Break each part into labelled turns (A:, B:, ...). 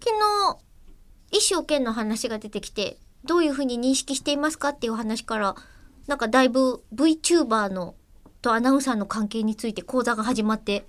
A: 昨日、一生懸の話が出てきて、どういうふうに認識していますかっていう話から、なんかだいぶ VTuber のとアナウンサーの関係について講座が始まって、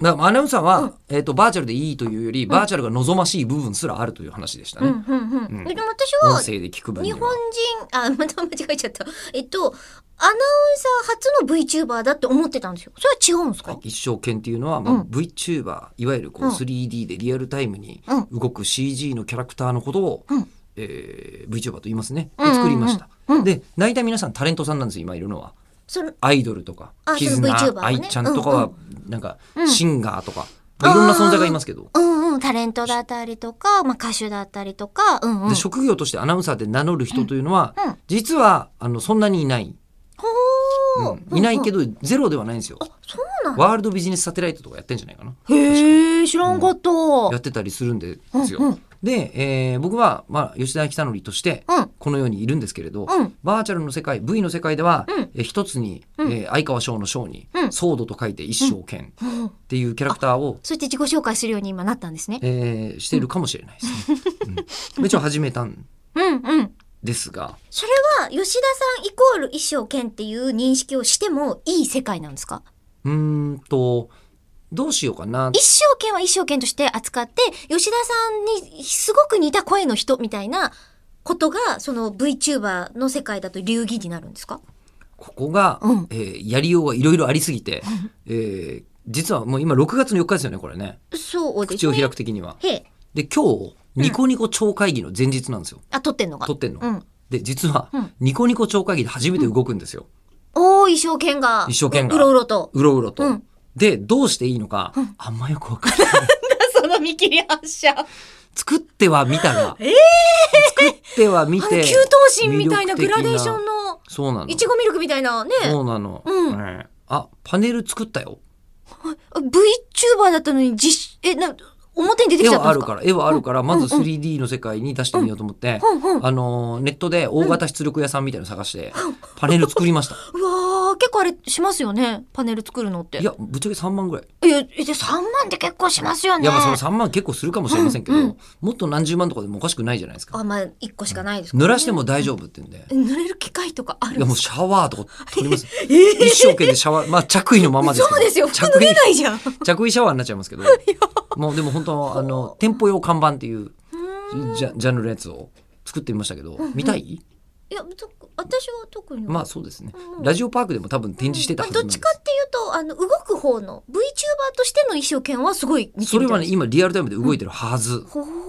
B: だからアナウンサーは、えっとバーチャルでいいというよりバーチャルが望ましい部分すらあるという話でした
A: うん
B: ね。
A: うんうん。
B: うん
A: でも
B: 音
A: 私は、
B: 声で聞く分
A: 日
B: には。
A: 本人、あ、 また間違えちゃった。えっと、アナウンサー初の VTuber だって思ってたんですよ。それは違うんですか、
B: 一生懸っていうのは、まあ
A: うん
B: VTuber いわゆるこ
A: う
B: う
A: ん
B: 3D でリアルタイムに
A: う
B: 動く CG のキャラクターのことを、
A: うん
B: えー VTuber と言いますね、
A: うんうんうん
B: 作りました、
A: うん
B: で大体皆さんタレントさんなんですよ今いるのは
A: その
B: アイドルとか
A: あ
B: 絆、
A: その VTuber ね
B: 愛ちゃんとかは、
A: うん
B: なんか
A: うん
B: シンガーとか、まあいろんな存在がいますけど、
A: うんうん、タレントだったりとか、まあ、歌手だったりとか、うんうん。
B: で職業としてアナウンサーで名乗る人というのは、
A: うんうん
B: 実はあのそんなにいない、
A: ほー、
B: うんいないけ
A: ど。
B: どゼロではないんですよ、
A: そうなんだ
B: ワールドビジネスサテライトとかやってんじゃないかな
A: へえ、知らんかった。
B: やってたりするんですよ、
A: うんうん
B: で、えー僕は、まあ、吉田久典として
A: うん
B: この世にいるんですけれど、
A: うん
B: バーチャルの世界 V の世界では、
A: うん
B: えー一つに、
A: うん
B: えー相川翔の翔に、
A: うん
B: ソードと書いて一生懸っ
A: うん。
B: ていうキャラクターを、
A: そうやって自己紹介するように今なったんですね。
B: えーしているかもしれないですね。 うん、一応始めたん
A: うんうん。
B: ですが
A: それは、吉田さんイコール一生懸っていう認識をしてもいい世界なんですか
B: うーんとどうしようかな
A: 一生懸は一生懸として扱って、吉田さんにすごく似た声の人みたいなことが、その VTuber の世界だと流儀になるんですか
B: ここが、
A: うん
B: えーやりようがいろいろありす ぎて、えー実はもう今6月の4日ですよねこれね
A: そうです
B: 口を
A: ね。
B: 開く的には。
A: へえ。
B: で今日ニコニコ超会議の前日なんですよ。
A: あ、撮ってんのが。
B: 撮ってんの、
A: うん。
B: で実は、
A: うん
B: ニコニコ超会議で初めて動くんですよ、
A: おー、一生懸が。
B: 一生懸が
A: うろうろ と。
B: うろうろと。
A: うん
B: でどうしていいのか、
A: うん
B: あんまよくわからない
A: その見切り発車。
B: 作っては見たが、
A: えー
B: 作っては見
A: あの、
B: て
A: 給湯神みたいなグラデーションの、
B: そうなの
A: いちごミルクみたいなね。
B: そうなの、
A: うん
B: ねあパネル作ったよ
A: あ VTuber だったのに実、え、な、表に出てき
B: 絵
A: ちゃっ
B: は
A: た
B: あ
A: んで
B: る
A: すか
B: から絵はあるから、まず
A: うんうん
B: 3D の世界に出してみようと思って、
A: うんうん。うわ
B: あのーネットで大型出力屋さんみたいなの探して、パネル作りました
A: ー、結構あれしますよね。パネル作るのって。
B: いやぶっちゃけ3万ぐらい
A: いや、え、で、3万って結構しますよね。
B: いやまあその3万結構するかもしれませんけど、
A: うんうん
B: もっと何十万とかでもおかしくないじゃないですか
A: あ、まあ、1個しかないですからね
B: 濡らしても大丈夫って言うんで、
A: え濡れる機会とかある
B: いやもうシャワーとか取りますよ
A: えー
B: 一生懸命シャワーまあ着衣のままですけ
A: そう
B: ど
A: ですよ。
B: 着
A: 服脱
B: 衣
A: げないじゃん。
B: 着衣シャワーになっちゃいますけどもうでも本当あの店舗用看板っていうジャジャンルのやつを作ってみましたけど、見たい
A: いや、と私は特に。
B: まあそうですね、
A: うん
B: ラジオパークでも多分展示してたはず
A: ど
B: な
A: っ
B: んで
A: ち
B: す
A: かっていうと、あの、動く方の VTuber としての一生懸はすごい似て
B: そ
A: る
B: れ
A: みた
B: はいね
A: です。
B: 今リアルタイムで動いてるはず、
A: ほー